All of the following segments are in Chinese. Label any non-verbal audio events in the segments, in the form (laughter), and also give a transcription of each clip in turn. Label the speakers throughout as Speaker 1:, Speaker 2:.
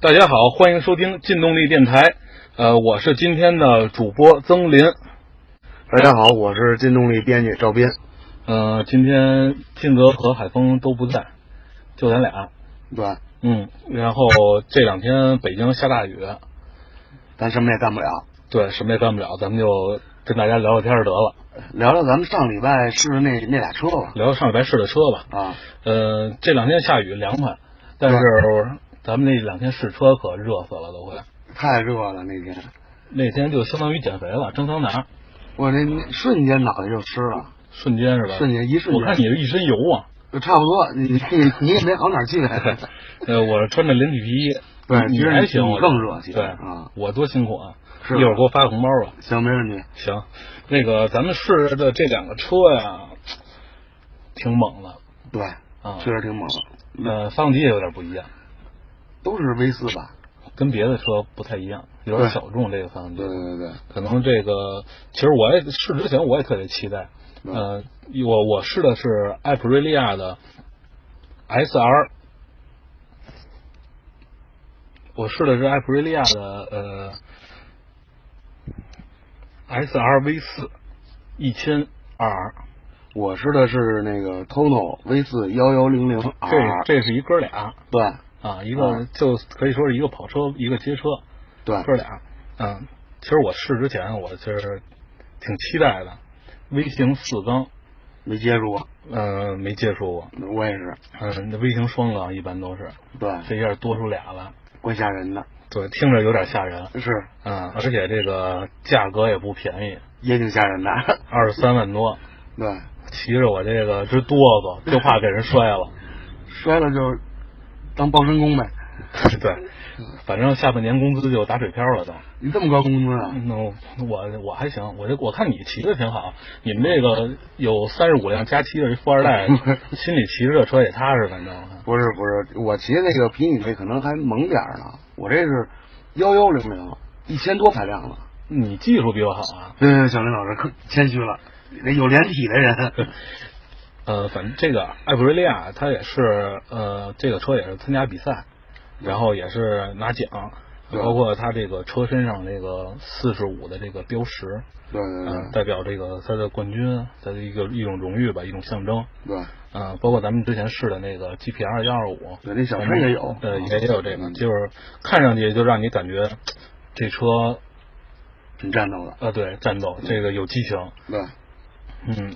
Speaker 1: 大家好，欢迎收听劲动力电台，呃，我是今天的主播曾林，
Speaker 2: 大家好，我是劲动力编辑赵斌。
Speaker 1: 呃，今天金哥和海峰都不在，就咱俩，
Speaker 2: 对，
Speaker 1: 嗯，然后这两天北京下大雨，
Speaker 2: 咱什么也干不了，
Speaker 1: 对，什么也干不了，咱们就跟大家聊聊天儿得了，
Speaker 2: 聊聊咱们上礼拜试的那那俩车吧。
Speaker 1: 聊聊上礼拜试的车吧，
Speaker 2: 啊，
Speaker 1: 呃，这两天下雨凉快，但是咱们那两天试车可热死了，都快，
Speaker 2: 太热了那天，
Speaker 1: 那天就相当于减肥了，蒸桑拿，
Speaker 2: 我那那瞬间脑袋就湿了，
Speaker 1: 瞬间是吧？
Speaker 2: 瞬间一瞬
Speaker 1: 我看
Speaker 2: 间，
Speaker 1: 你这一身油啊，
Speaker 2: 就差不多。你你你也没好哪儿 (laughs) 去。
Speaker 1: 呃，我穿着连体皮衣。
Speaker 2: 对，
Speaker 1: 你
Speaker 2: 其实
Speaker 1: 还行，
Speaker 2: 你
Speaker 1: 我觉得
Speaker 2: 更热，其实
Speaker 1: 对
Speaker 2: 啊，，
Speaker 1: 我多辛苦啊！
Speaker 2: 是
Speaker 1: 一会儿给我发个红包吧。
Speaker 2: 行，没问题。
Speaker 1: 行，那个咱们试的这两个车呀，挺猛的
Speaker 2: 对，
Speaker 1: 啊。
Speaker 2: 确实挺猛的，
Speaker 1: 呃，发动机也有点不一样，
Speaker 2: 都是 V 四吧？
Speaker 1: 跟别的车不太一样，有点
Speaker 2: 对
Speaker 1: 小众。这个发动机
Speaker 2: 对，对对，
Speaker 1: 可能这个其实我也试之前我也特别期待。
Speaker 2: 对
Speaker 1: 呃，我我试的是艾普瑞利亚的 SR，我试的是艾普瑞利亚的呃 SRV 四一千 R，
Speaker 2: 我试的是那个 Tono V 四幺幺零零
Speaker 1: 这
Speaker 2: R，
Speaker 1: 这是一哥俩
Speaker 2: 对
Speaker 1: 啊，一个
Speaker 2: 啊嗯
Speaker 1: 就可以说是一个跑车，一个街车，
Speaker 2: 对
Speaker 1: 哥俩。嗯，其实我试之前我就是挺期待的微型四缸，
Speaker 2: 没接触过，
Speaker 1: 呃，没接触过。
Speaker 2: 我也是，
Speaker 1: 嗯，那微型双缸一般都是，
Speaker 2: 对，
Speaker 1: 这下多出俩了。
Speaker 2: 怪吓人的，
Speaker 1: 对，听着有点吓人，
Speaker 2: 是
Speaker 1: 嗯，而且这个价格也不便宜，
Speaker 2: 也挺吓人的， (laughs)
Speaker 1: 二十三万多，
Speaker 2: 对，
Speaker 1: 骑着我这个直哆嗦，就怕给人摔了。 (laughs)
Speaker 2: 摔了就当包身工呗。
Speaker 1: 对，反正下半年工资就打水漂了都。
Speaker 2: 你这么高工资啊？
Speaker 1: 那我我我还行，我这我看你骑的挺好，你们这个有三十五辆加七的一富二代，心里骑着这车也踏实，反正
Speaker 2: 不是不是，我骑那个比你这可能还猛点儿呢，我这是幺幺零零，一千多排量了。
Speaker 1: 你技术比我好啊。
Speaker 2: 嗯，小林老师可谦虚了，那有连体的人，
Speaker 1: 呃，反正这个艾普瑞利亚它也是呃，这个车也是参加比赛，然后也是拿奖，
Speaker 2: 对
Speaker 1: 包括它这个车身上这个四十五的这个标识，
Speaker 2: 对对
Speaker 1: 嗯、
Speaker 2: 对
Speaker 1: 代表这个它的冠军，它的一个一种荣誉吧，一种象征。
Speaker 2: 对，
Speaker 1: 嗯、包括咱们之前试的那个 GPR 幺二五，
Speaker 2: 对那小车也有
Speaker 1: 呃，也有这个，
Speaker 2: 嗯
Speaker 1: 就是看上去就让你感觉这车
Speaker 2: 挺战斗的，
Speaker 1: 呃，对，战斗
Speaker 2: 嗯
Speaker 1: 这个有激情，
Speaker 2: 对，
Speaker 1: 嗯。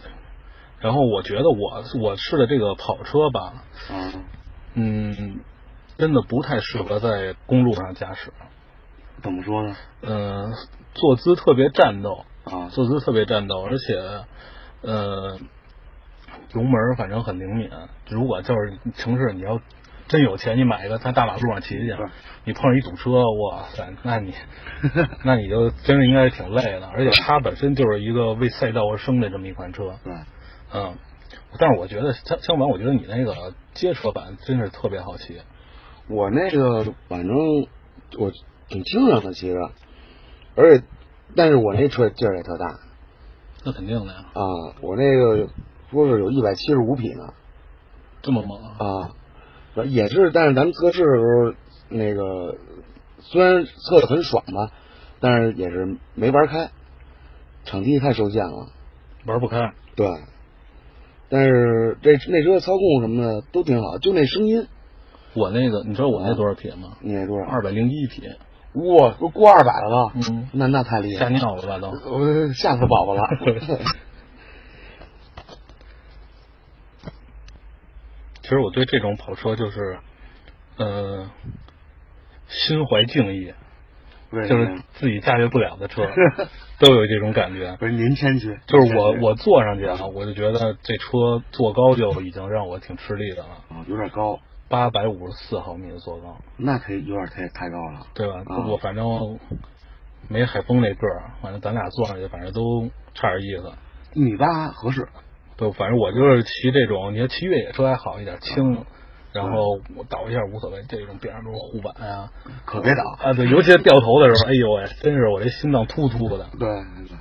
Speaker 1: 然后我觉得我我试的这个跑车吧，
Speaker 2: 啊，
Speaker 1: 嗯，真的不太适合在公路上驾驶。
Speaker 2: 怎么说呢？
Speaker 1: 嗯、坐姿特别战斗，
Speaker 2: 啊，
Speaker 1: 坐姿特别战斗，而且，呃，油门儿反正很灵敏。如果就是城市，你要真有钱，你买一个在大马路上骑去
Speaker 2: 对，
Speaker 1: 你碰上一堵车，哇塞，那你那你就真是应该是挺累的。而且它本身就是一个为赛道而生的这么一款车，
Speaker 2: 对，
Speaker 1: 嗯。但是我觉得相相反，我觉得你那个街车版真是特别好骑。
Speaker 2: 我那个反正我挺清爽的骑着，而且但是我那车劲儿也特大
Speaker 1: 那肯定的呀，
Speaker 2: 啊，我那个说是有一百七十五匹呢
Speaker 1: 这么猛啊！
Speaker 2: 啊，然后也是，但是咱们测试的时候那个虽然测的很爽吧，但是也是没玩开，场地太受限了，
Speaker 1: 玩不开。
Speaker 2: 对。但是这那车操控什么的都挺好，就那声音，
Speaker 1: 我那个，你知道我那多少匹吗？
Speaker 2: 你那多少？
Speaker 1: 二百零一匹。
Speaker 2: 哇，都过二百了，
Speaker 1: 嗯，
Speaker 2: 那那太厉害
Speaker 1: 吓
Speaker 2: 了，
Speaker 1: 尿了吧都。
Speaker 2: 我吓死宝宝了。
Speaker 1: (laughs) 其实我对这种跑车就是，呃，心怀敬意，
Speaker 2: 为什
Speaker 1: 就
Speaker 2: 么
Speaker 1: 是
Speaker 2: 呀
Speaker 1: 自己驾驭不了的 (laughs) 车，都有这种感觉。
Speaker 2: (laughs) 不是您谦虚，
Speaker 1: 就是我
Speaker 2: 您谦虚
Speaker 1: 我坐上去啊，我就觉得这车坐高就已经让我挺吃力的了，
Speaker 2: 啊有点高，
Speaker 1: 八百五十四毫米的坐高，
Speaker 2: 那可以有点太太高了。
Speaker 1: 对吧？
Speaker 2: 啊
Speaker 1: 我反正没海峰那个儿，反正咱俩坐上去，反正都差点意思。
Speaker 2: 一米八合适，
Speaker 1: 对，反正我就是骑这种，你要骑越野车还好一点，
Speaker 2: 啊
Speaker 1: 轻，然后我倒一下无所谓。这种边上都是护板啊，
Speaker 2: 可别倒。
Speaker 1: 啊，对，尤其是掉头的时候，哎呦喂，真是我这心脏突突的。
Speaker 2: 对对，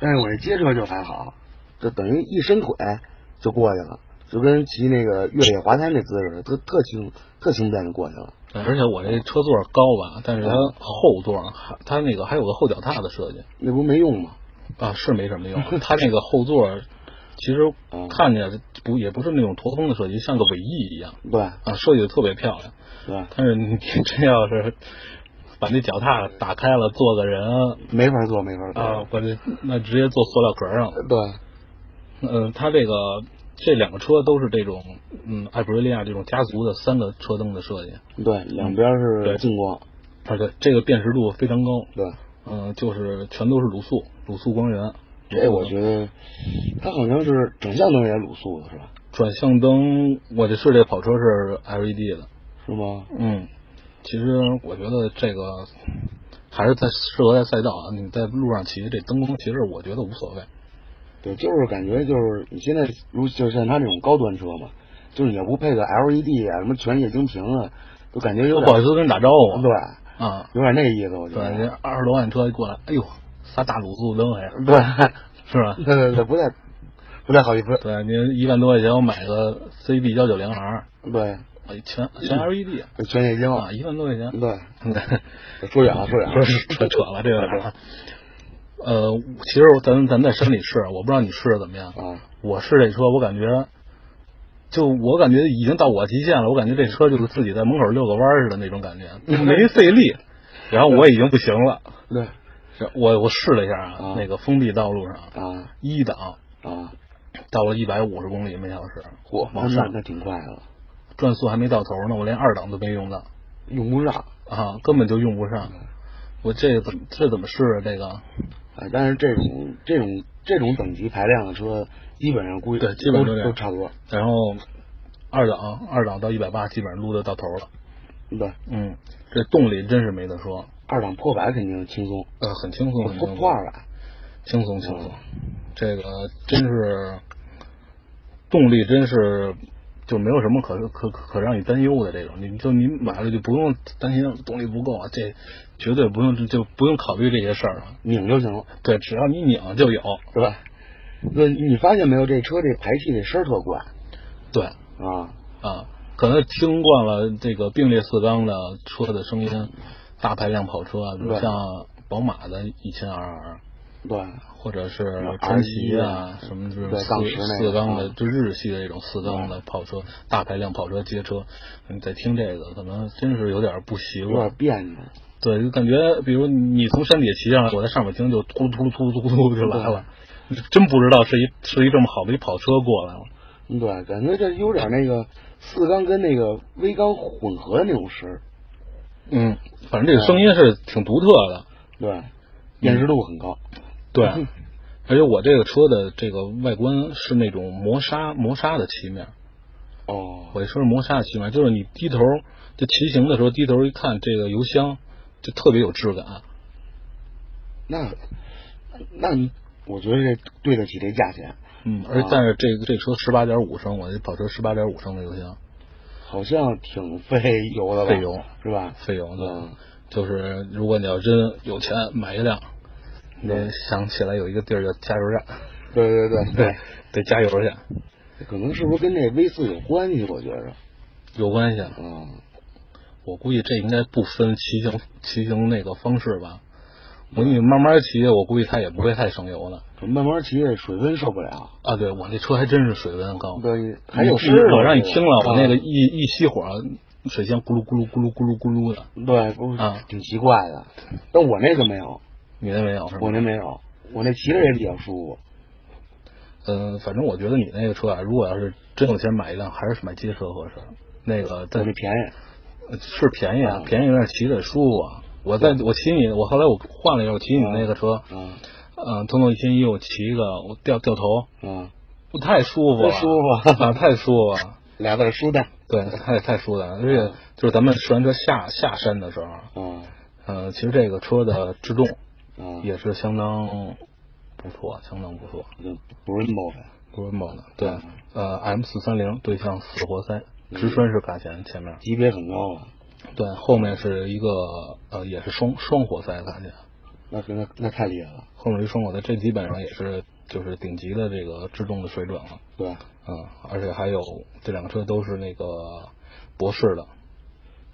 Speaker 2: 但是我这街车就还好，就等于一伸腿就过去了，就跟骑那个越野滑胎那姿势，特特轻特轻便就过去了。对
Speaker 1: 而且我这车座高吧，但是它后座还它那个还有个后脚踏的设计
Speaker 2: 那不没用吗？
Speaker 1: 啊，是没什么用。它那个后座其实
Speaker 2: 嗯
Speaker 1: 看起来不也不是那种驼峰的设计，像个尾翼一样
Speaker 2: 对
Speaker 1: 啊，设计的特别漂亮。
Speaker 2: 对，
Speaker 1: 但是你真要是把那脚踏打开了，坐个人
Speaker 2: 没法做，没法做。
Speaker 1: 啊，我这那直接坐塑料壳上了。
Speaker 2: 对，
Speaker 1: 嗯，它这个这两个车都是这种嗯艾普瑞利亚这种家族的三个车灯的设计，
Speaker 2: 对，两边是
Speaker 1: 对
Speaker 2: 近光，
Speaker 1: 而且这个辨识度非常高。
Speaker 2: 对，
Speaker 1: 嗯、就是全都是卤素卤素光源。嗯
Speaker 2: 这哎我觉得它好像是整项都也卤素的是吧？
Speaker 1: 转向灯，我这是这跑车是 LED 的。
Speaker 2: 是吗？
Speaker 1: 嗯，其实我觉得这个还是在适合在赛道啊，你在路上骑这灯光，其实我觉得无所谓。
Speaker 2: 对，就是感觉就是你现在如就像它那种高端车嘛，就是也不配个 LED 啊，什么全液晶屏啊，都感觉有
Speaker 1: 不好意
Speaker 2: 点
Speaker 1: 思跟你打招呼
Speaker 2: 对，
Speaker 1: 啊，
Speaker 2: 有点那意思，我觉
Speaker 1: 对，
Speaker 2: 得。
Speaker 1: 人家二十多万车一过来，哎呦，仨大卤素灯哎，
Speaker 2: 对， (laughs)
Speaker 1: 是吧？
Speaker 2: 对对对，不太不太好意思。
Speaker 1: 对，您一万多块钱我买个 CB 幺九零 R，
Speaker 2: 对，
Speaker 1: 哎全全 LED
Speaker 2: 全液晶
Speaker 1: 啊，嗯一万多块钱。
Speaker 2: 对，
Speaker 1: (laughs) 不
Speaker 2: 说远了，说远
Speaker 1: (laughs)
Speaker 2: 了，
Speaker 1: 是扯扯了这个哪儿了。呃，其实咱咱在山里试，我不知道你试的怎么样。
Speaker 2: 啊，
Speaker 1: 我试这车，我感觉，就我感觉已经到我极限了。我感觉这车就是自己在门口遛个弯儿似的那种感觉，没费力。然后我已经不行了，
Speaker 2: 对
Speaker 1: 是我我试了一下
Speaker 2: 啊
Speaker 1: 啊，那个封闭道路上
Speaker 2: 啊
Speaker 1: 一档
Speaker 2: 啊，
Speaker 1: 到了一百五十公里每小时，
Speaker 2: 嚯，那
Speaker 1: 往上
Speaker 2: 那那挺快的，
Speaker 1: 转速还没到头呢，我连二档都没用到
Speaker 2: 用不上。
Speaker 1: 啊，根本就用不上。我这怎么这怎么试啊？这个
Speaker 2: 啊，但是这种这种这种等级排量的车，基本上估计
Speaker 1: 对基本上
Speaker 2: 都
Speaker 1: 就这样
Speaker 2: 都差不多。
Speaker 1: 然后二档二档到一百八，基本上撸的到头了。
Speaker 2: 对，
Speaker 1: 嗯，这动力真是没得说，
Speaker 2: 二档破百肯定轻松，
Speaker 1: 呃，很轻松，很
Speaker 2: 破
Speaker 1: 轻松，
Speaker 2: 破二百，
Speaker 1: 轻松轻松。这个真是动力真是就没有什么可可可可让你担忧的这种，你就你买了就不用担心动力不够啊，这绝对不用就不用考虑这些事儿了。
Speaker 2: 拧就行了，
Speaker 1: 对，只要你拧就有。
Speaker 2: 是吧？那你发现没有，这车这排气这声儿特怪
Speaker 1: 对，
Speaker 2: 啊，
Speaker 1: 啊，可能听惯了这个并列四缸的车的声音，大排量跑车啊，比如
Speaker 2: 对
Speaker 1: 像宝马的一千 RR，
Speaker 2: 对
Speaker 1: 或者是
Speaker 2: 嗯
Speaker 1: 传
Speaker 2: R1
Speaker 1: 祺
Speaker 2: 啊
Speaker 1: 啊，什么就是
Speaker 2: 对
Speaker 1: 四
Speaker 2: 杠十那个
Speaker 1: 四缸的，
Speaker 2: 啊
Speaker 1: 就日系的这种四缸的跑车，大排量跑车街车，你再听这个，可能真是有点不习
Speaker 2: 有
Speaker 1: 惯。
Speaker 2: 点别扭。
Speaker 1: 对，就感觉比如你从山底下骑上来，我在上面听就突噜突噜突噜突噜突噜就来了，真不知道是一是一这么好的一跑车过来了。
Speaker 2: 对，感觉这有点那个四缸跟那个微缸混合的那种声儿，
Speaker 1: 嗯，反正这个声音是挺独特的。嗯
Speaker 2: 对，辨识度很高。
Speaker 1: 对，
Speaker 2: 嗯
Speaker 1: 而且我这个车的这个外观是那种磨砂磨砂的漆面，
Speaker 2: 哦，
Speaker 1: 我一说是磨砂的漆面，就是你低头就骑行的时候低头一看这个油箱，就特别有质感。啊
Speaker 2: 那那你我觉得这对得起这价钱，
Speaker 1: 嗯，而
Speaker 2: 啊
Speaker 1: 但是这个这车十八点五升，我这跑车十八点五升的油箱，
Speaker 2: 好像挺费油的吧？
Speaker 1: 费油
Speaker 2: 是吧？
Speaker 1: 费油的，
Speaker 2: 嗯，
Speaker 1: 就是如果你要真有钱买一辆，你得想起来有一个地儿叫加油站，
Speaker 2: 对对对对，
Speaker 1: 得加油去，
Speaker 2: 可能是不是跟这 V 四有关系？我觉着，
Speaker 1: 有关系啊。
Speaker 2: 嗯，
Speaker 1: 我估计这应该不分骑行骑行那个方式吧。我
Speaker 2: 嗯
Speaker 1: 给你慢慢骑，我估计它也不会太省油了。
Speaker 2: 可慢慢骑着水温受不了，
Speaker 1: 啊，对我那车还真是水温高，
Speaker 2: 对，还有
Speaker 1: 你
Speaker 2: 湿了。
Speaker 1: 我让你听了，我那个
Speaker 2: 啊
Speaker 1: 一一熄火，水箱咕噜咕噜咕噜咕噜咕噜的。
Speaker 2: 对，不
Speaker 1: 啊
Speaker 2: 挺奇怪的。但我那个没有，
Speaker 1: 你啊那没有是
Speaker 2: 我
Speaker 1: 吗？
Speaker 2: 那没有，我那骑着也比较舒服。
Speaker 1: 嗯，反正我觉得你那个车啊，如果要是真有钱买一辆，还是买街车合适。那个
Speaker 2: 我
Speaker 1: 但
Speaker 2: 那便宜，
Speaker 1: 是便宜啊
Speaker 2: 啊，
Speaker 1: 便宜但是骑着舒服啊。我在我骑你，我后来我换了一下，我骑你那个车，
Speaker 2: 啊
Speaker 1: 嗯，通通一千一，我骑个我掉掉头，
Speaker 2: 啊，
Speaker 1: 不太舒服了，
Speaker 2: 太舒服了
Speaker 1: 啊，太舒服了，
Speaker 2: 俩字儿舒坦
Speaker 1: 对，太太舒坦了。而
Speaker 2: 嗯
Speaker 1: 且就是咱们试完车下下山的时候，
Speaker 2: 啊
Speaker 1: 呃，其实这个车的制动
Speaker 2: 啊，
Speaker 1: 也是相当不错，相当不错，
Speaker 2: 就不是冒犯。
Speaker 1: 不是猛的。对，呃，M 四三零对向死活塞，直栓是卡钳，前面
Speaker 2: 级别很高了，
Speaker 1: 对，后面是一个呃也是双双活塞卡钳，
Speaker 2: 那那那太厉害了，
Speaker 1: 后面一双活塞，这基本上也是就是顶级的这个制动的水准了。
Speaker 2: 对，
Speaker 1: 嗯，而且还有这两个车都是那个博世的，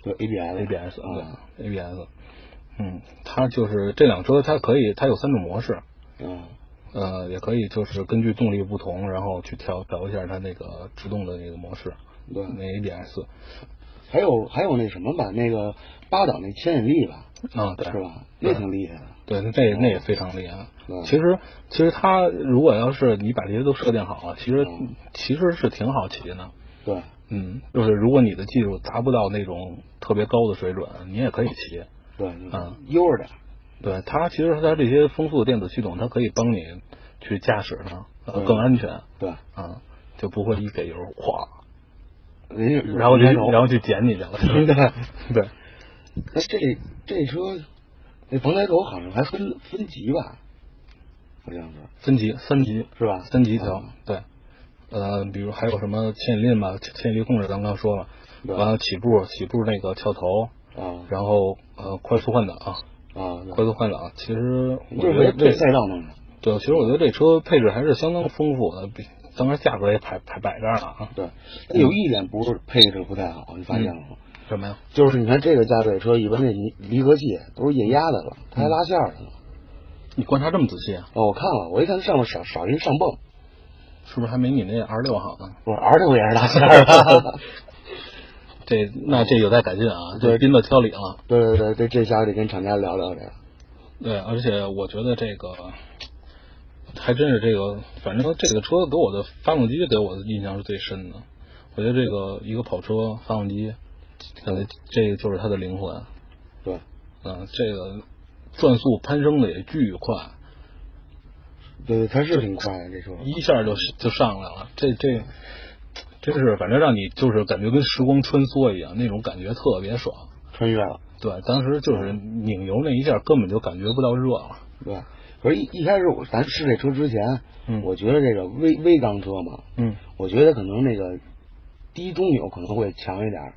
Speaker 2: 就 ABS
Speaker 1: ABS 对
Speaker 2: 啊
Speaker 1: ABS，嗯，它就是这辆车它可以它有三种模式，
Speaker 2: 啊
Speaker 1: 呃，也可以就是根据动力不同，然后去调调一下它那个制动的那个模式，
Speaker 2: 对，
Speaker 1: 那 ABS
Speaker 2: 还有还有那什么吧，那个八档那牵引力吧，
Speaker 1: 啊，对
Speaker 2: 是吧？那挺厉害的。
Speaker 1: 对，那这那也非常厉害。
Speaker 2: 对
Speaker 1: 其实其实它如果要是你把这些都设定好啊，其实
Speaker 2: 嗯
Speaker 1: 其实是挺好骑的。
Speaker 2: 对，
Speaker 1: 嗯，就是如果你的技术达不到那种特别高的水准，你也可以骑。
Speaker 2: 对，
Speaker 1: 嗯
Speaker 2: 悠着点儿。
Speaker 1: 对它，其实它这些丰富的电子系统，它可以帮你去驾驶呢，呃
Speaker 2: 嗯
Speaker 1: 更安全
Speaker 2: 对，
Speaker 1: 啊，就不会一给油哗，
Speaker 2: 人家
Speaker 1: 然后就
Speaker 2: 人家有
Speaker 1: 然后去捡你去
Speaker 2: (laughs)
Speaker 1: 了。
Speaker 2: 对
Speaker 1: 对，
Speaker 2: 那这这车，那蓬莱头好像还分分级吧，好像是
Speaker 1: 分级三级
Speaker 2: 是吧？
Speaker 1: 三级调、
Speaker 2: 啊
Speaker 1: 对，呃，比如还有什么牵引力嘛，牵牵引力控制咱们刚说了，
Speaker 2: 对
Speaker 1: 完了起步起步那个翘头，
Speaker 2: 啊
Speaker 1: 然后呃快速换挡、
Speaker 2: 啊，
Speaker 1: 快速换挡，其实我
Speaker 2: 就
Speaker 1: 觉得
Speaker 2: 是这
Speaker 1: 这
Speaker 2: 赛道弄的。
Speaker 1: 对，其实我觉得这车配置还是相当丰富的，比当然价格也排排摆这儿了啊。
Speaker 2: 对，但有一点不是配置不太好，你发现了吗？
Speaker 1: 什么呀？
Speaker 2: 就是你看这个价位车，一般这离离合器都是液压的了，它还拉线儿的呢。
Speaker 1: 你观察这么仔细啊？
Speaker 2: 哦，我看了，我一看上面少少一上泵，
Speaker 1: 是不是还没你那 R 六好呢？
Speaker 2: 我说 R 六也是拉线儿的。 (laughs)
Speaker 1: 这那这有待改进啊，这
Speaker 2: 对
Speaker 1: 宾到挑理了。
Speaker 2: 对对对对，这下得跟厂家聊聊这个。
Speaker 1: 对，而且我觉得这个还真是这个，反正这个车给我的发动机给我的印象是最深的。我觉得这个一个跑车发动机，感觉这个就是它的灵魂。
Speaker 2: 对，
Speaker 1: 嗯、这个转速攀升的也巨快，
Speaker 2: 对，它是挺快的这车。
Speaker 1: 一下就就上来了。这这真是，反正让你就是感觉跟时光穿梭一样，那种感觉特别爽。
Speaker 2: 穿越了。
Speaker 1: 对，当时就是拧油那一下，根本就感觉不到热了。
Speaker 2: 对，可是一一开始我咱试这车之前，
Speaker 1: 嗯
Speaker 2: 我觉得这个微微缸车嘛，
Speaker 1: 嗯，
Speaker 2: 我觉得可能那个低中扭可能会强一点儿，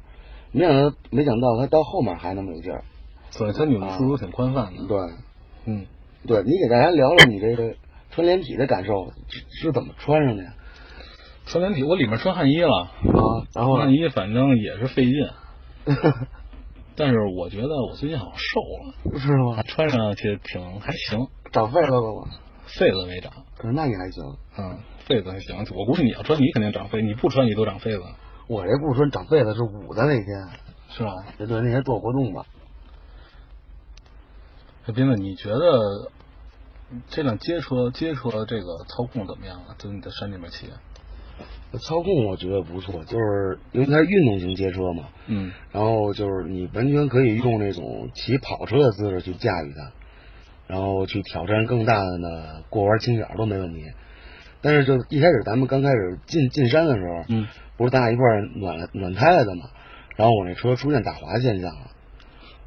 Speaker 2: 没想到没想到它到后面还那么有劲儿。
Speaker 1: 对，它扭的输出挺宽泛的。
Speaker 2: 对，
Speaker 1: 嗯。
Speaker 2: 对你给大家聊聊你这个穿连体的感受是是怎么穿上的呀？
Speaker 1: 穿连体，我里面穿汗衣了，
Speaker 2: 啊，然后呢
Speaker 1: 汗衣反正也是 (laughs) 费劲，但是我觉得我最近好像瘦了，
Speaker 2: 是吗？
Speaker 1: 穿上去挺还行，
Speaker 2: 长痱子了吗？
Speaker 1: 痱子没长，
Speaker 2: 可是那也还行，
Speaker 1: 嗯，痱子还行，我估计你要穿你肯定长痱，你不穿你都长痱子，
Speaker 2: 我这不穿长痱子是捂的那天，
Speaker 1: 是吧？
Speaker 2: 就对那天做活动吧。
Speaker 1: 那哎斌子，你觉得这辆街车街车这个操控怎么样啊？就是你在山里面骑，
Speaker 2: 操控我觉得不错，就是因为它是运动型街车嘛，
Speaker 1: 嗯，
Speaker 2: 然后就是你完全可以用那种骑跑车的姿势去驾驭它，然后去挑战更大的呢过弯倾角都没问题。但是就一开始咱们刚开始进进山的时候，
Speaker 1: 嗯，
Speaker 2: 不是咱俩一块儿暖了暖胎了的嘛，然后我那车出现打滑现象了，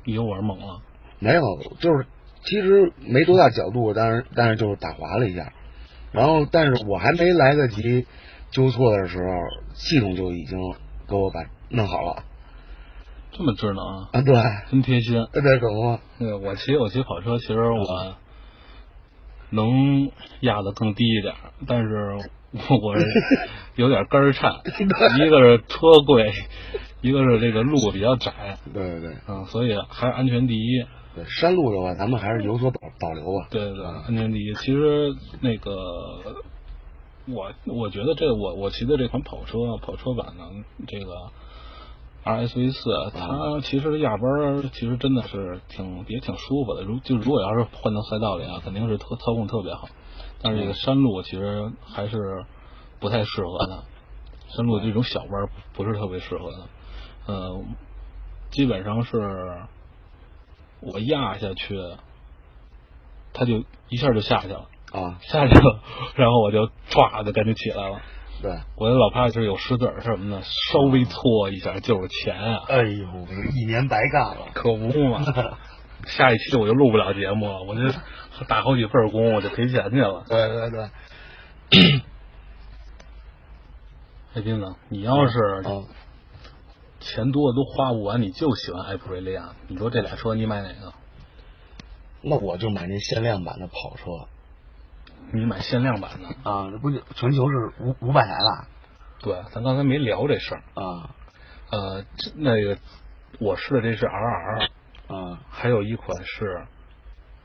Speaker 1: 你又玩猛了，
Speaker 2: 没有，就是其实没多大角度，但是但是就是打滑了一下，然后但是我还没来得及纠错的时候，系统就已经给我把弄好了
Speaker 1: 这么智能啊，
Speaker 2: 啊，对，
Speaker 1: 真贴心。
Speaker 2: 那可不嘛。
Speaker 1: 对，我骑我骑跑车，其实我能压的更低一点儿，但是我我是有点根儿颤，一个是车贵，一个是这个路比较窄，
Speaker 2: 对对对
Speaker 1: 嗯，所以还是安全第一。
Speaker 2: 对，山路的话，咱们还是有所保保留吧。
Speaker 1: 对对对，安全第一。其实那个我我觉得这我我骑的这款跑车跑车版呢，这个 RSV 四，啊它其实压弯儿其实真的是挺也挺舒服的。如就如果要是换到赛道里啊，肯定是特操控特别好。但是这个山路其实还是不太适合它，山路这种小弯儿不是特别适合它。呃，基本上是我压下去，它就一下就下去了。 (laughs)
Speaker 2: 啊，
Speaker 1: 下去了， (laughs) 然后我就歘就赶紧起来了。
Speaker 2: 对，
Speaker 1: 我老怕就是有石子儿什么的，稍微搓一下就是钱啊，
Speaker 2: 哎呦，一年白干了。
Speaker 1: 可不嘛。下一期我就录不了节目了，我就打好几份工，我就赔钱去了。
Speaker 2: 对对对，
Speaker 1: 哎，斌子，你要是
Speaker 2: 啊，
Speaker 1: 钱多的都花不完，你就喜欢艾普瑞利亚，你说这俩车你买哪个？
Speaker 2: 那我就买那限量版的跑车
Speaker 1: 你买限量版的？
Speaker 2: 啊，那不就全球是五五百台了
Speaker 1: 对，咱刚才没聊这事儿。
Speaker 2: 啊？
Speaker 1: 呃，这那个我试的这是 RR，
Speaker 2: 啊
Speaker 1: 还有一款是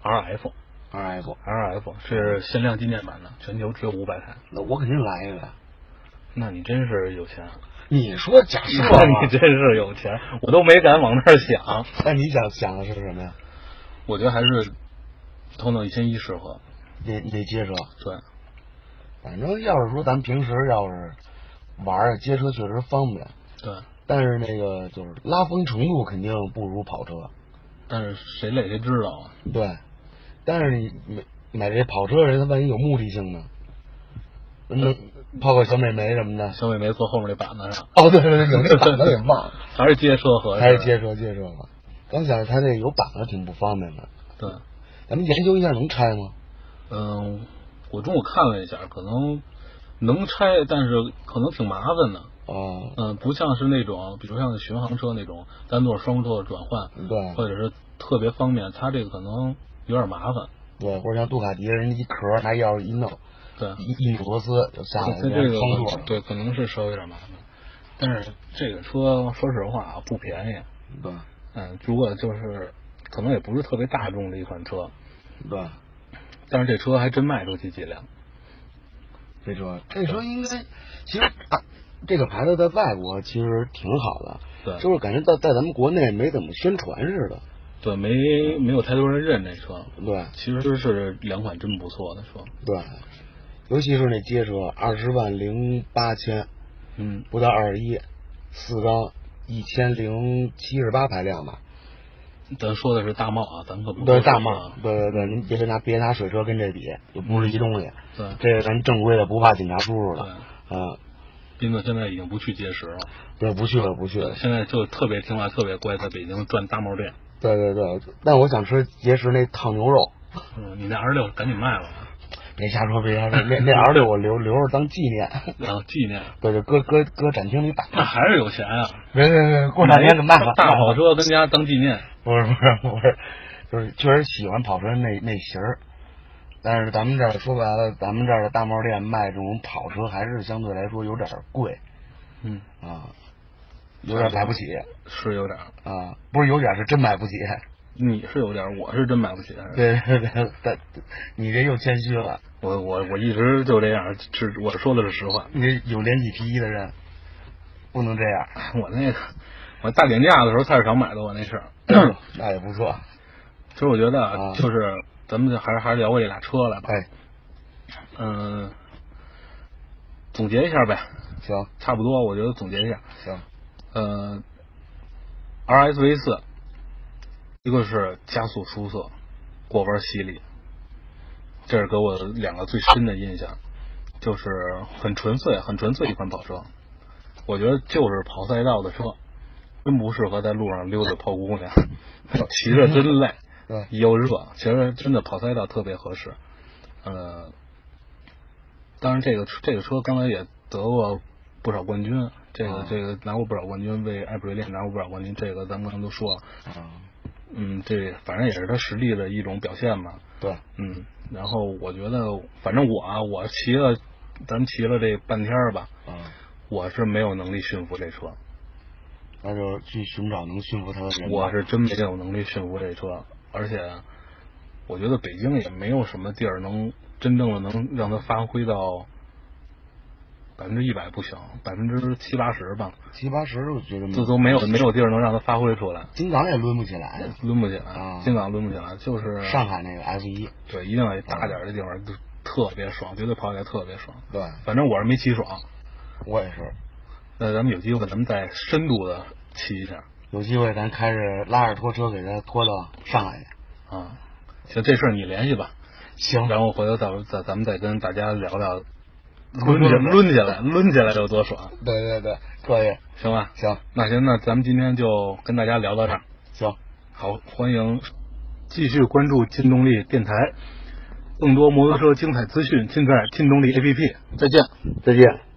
Speaker 1: RF，RF
Speaker 2: ，R F，
Speaker 1: 是限量纪念版的，全球只有五百台。
Speaker 2: 那我肯定来一个。
Speaker 1: 那你真是有钱，啊
Speaker 2: 你说假设吧
Speaker 1: (laughs) 那你真是有钱，我都没敢往那儿想。
Speaker 2: 那你想想的是什么呀？
Speaker 1: 我觉得还是头脑一千一适合。
Speaker 2: 你你得接车，
Speaker 1: 对，
Speaker 2: 反正要是说咱们平时要是玩儿接车确实方便，
Speaker 1: 对，
Speaker 2: 但是那个就是拉风程度肯定不如跑车。
Speaker 1: 但是谁累谁知道啊？
Speaker 2: 对，但是你买买这跑车的人，他万一有目的性呢？能泡个小美眉什么的？
Speaker 1: 小美眉坐后面那板子上，
Speaker 2: 哦，对对对，有那板子给忘 (laughs) 了，
Speaker 1: 还是接车合适？
Speaker 2: 还是接车接车吧。刚想着他那有板子挺不方便的，
Speaker 1: 对，
Speaker 2: 咱们研究一下能拆吗？
Speaker 1: 嗯，我中午看了一下，可能能拆，但是可能挺麻烦的。
Speaker 2: 哦，
Speaker 1: 嗯，不像是那种，比如像巡航车那种单座、双座转换，
Speaker 2: 对
Speaker 1: 或者是特别方便，它这个可能有点麻烦。
Speaker 2: 对，或者像杜卡迪人家一壳拿钥匙一弄，
Speaker 1: 对，
Speaker 2: 一一拧螺丝就下来
Speaker 1: 它
Speaker 2: 了，
Speaker 1: 这个
Speaker 2: 方座了。
Speaker 1: 对，可能是稍微有点麻烦。但是这个车说实话啊，不便宜。
Speaker 2: 对
Speaker 1: 嗯，如果就是可能也不是特别大众的一款车，
Speaker 2: 对，
Speaker 1: 但是这车还真卖出去几辆。
Speaker 2: 这车这车应该其实、啊、这个牌子在外国其实挺好的，
Speaker 1: 对，
Speaker 2: 就是感觉到在咱们国内没怎么宣传似的。
Speaker 1: 对，没没有太多人认这车。
Speaker 2: 对
Speaker 1: 其实是两款真不错的车。
Speaker 2: 对，尤其是那街车，二十万零八千，
Speaker 1: 嗯，
Speaker 2: 不到二十一，四缸一千零七十八排量吧。
Speaker 1: 嗯咱说的是大贸啊，咱可不
Speaker 2: 对
Speaker 1: 是嗯
Speaker 2: 大
Speaker 1: 贸
Speaker 2: 嘛，。对对对，您别拿别拿水车跟这比，又不是一东西。
Speaker 1: 对
Speaker 2: 这个咱正规的，不怕警察叔叔
Speaker 1: 对
Speaker 2: 了。，啊，
Speaker 1: 斌子现在已经不去结石了，
Speaker 2: 对，不去了，不去了。
Speaker 1: 现在就特别听话，特别乖，在北京转大贸店。
Speaker 2: 对对对，但我想吃结石那烫牛肉。
Speaker 1: 嗯，你那 R 六赶紧卖了
Speaker 2: (laughs)
Speaker 1: 吧，
Speaker 2: 别瞎说，别瞎说，那那 R 六我留留着当纪念， (laughs)
Speaker 1: 然后纪念。
Speaker 2: 对对，搁搁搁展厅里摆。
Speaker 1: 那还是有钱啊！
Speaker 2: 别别别，过两 (laughs) 天给卖了。
Speaker 1: 大跑车跟家当纪
Speaker 2: (laughs)
Speaker 1: 念。
Speaker 2: 不是不是不是，就是确实喜欢跑车那那型儿，但是咱们这儿说白了，咱们这儿的大贸店卖这种跑车还是相对来说有点儿贵
Speaker 1: 嗯，
Speaker 2: 啊，有点儿买不起
Speaker 1: 是有点儿，
Speaker 2: 啊，不是有点儿是真买不起。
Speaker 1: 你是有点儿，我是真买不起。
Speaker 2: 对对对，但你这又谦虚了，
Speaker 1: 我我我一直就这样，是我说的是实话。 (laughs)
Speaker 2: 你有脸起皮衣的人不能这样，
Speaker 1: (clears throat) 我那个我大减价的时候菜市场买的，我那
Speaker 2: (laughs)
Speaker 1: 是。
Speaker 2: 那也不错。
Speaker 1: 其实我觉得
Speaker 2: 啊
Speaker 1: 就是咱们就还是还是聊回这俩车来吧。
Speaker 2: 哎，
Speaker 1: 嗯、总结一下呗，
Speaker 2: 行
Speaker 1: 差不多，我觉得总结一下。
Speaker 2: 行，
Speaker 1: 呃，RSV 四，一个是加速出色，过弯犀利，这是给我两个最深的印象，就是很纯粹、很纯粹一款跑车。我觉得就是跑赛道的车，真不适合在路上溜达泡姑娘， (laughs) 骑着真累，
Speaker 2: 对
Speaker 1: 又热。其实真的跑赛道特别合适。呃，当然这个这个车刚才也得过不少冠军，这个、
Speaker 2: 啊
Speaker 1: 这个拿过不少冠军，为艾普瑞链拿过不少冠军，这个咱们刚才都说了。
Speaker 2: 啊，
Speaker 1: 嗯，这反正也是他实力的一种表现吧。
Speaker 2: 对，
Speaker 1: 嗯，然后我觉得，反正我啊，我骑了，咱们骑了这半天儿吧，
Speaker 2: 啊，
Speaker 1: 我是没有能力驯服这车，
Speaker 2: 那就去寻找能驯服他的人吧。
Speaker 1: 我是真没有能力驯服这车，而且我觉得北京也没有什么地儿能真正的能让它发挥到百分之一百不行，百分之七八十吧，
Speaker 2: 七八十，我觉得没
Speaker 1: 这都没有没有地儿能让它发挥出来，
Speaker 2: 金港也抡不起来。
Speaker 1: 抡不起来，
Speaker 2: 啊
Speaker 1: 金港抡不起来，就是
Speaker 2: 上海那个 F 一，
Speaker 1: 对，一定要大点儿的地方就特别爽，绝对跑起来特别爽，
Speaker 2: 对
Speaker 1: 反正我是没骑爽。
Speaker 2: 我也是。
Speaker 1: 那咱们有机会，咱们再深度的骑一下
Speaker 2: 有机会咱开着拉着拖车给他拖到上海去。
Speaker 1: 啊。行，这事儿你联系吧，
Speaker 2: 行
Speaker 1: 然后回头到时候再咱们再跟大家聊聊，
Speaker 2: 抡
Speaker 1: 抡起
Speaker 2: 着
Speaker 1: 抡起来，抡起来有多爽，
Speaker 2: 对对对，可以，
Speaker 1: 行吧？
Speaker 2: 行
Speaker 1: 那行，那咱们今天就跟大家聊到这儿。
Speaker 2: 行，
Speaker 1: 好，欢迎继续关注劲动力电台，更多摩托车精彩资讯尽在劲动力 APP。再见。
Speaker 2: 再见。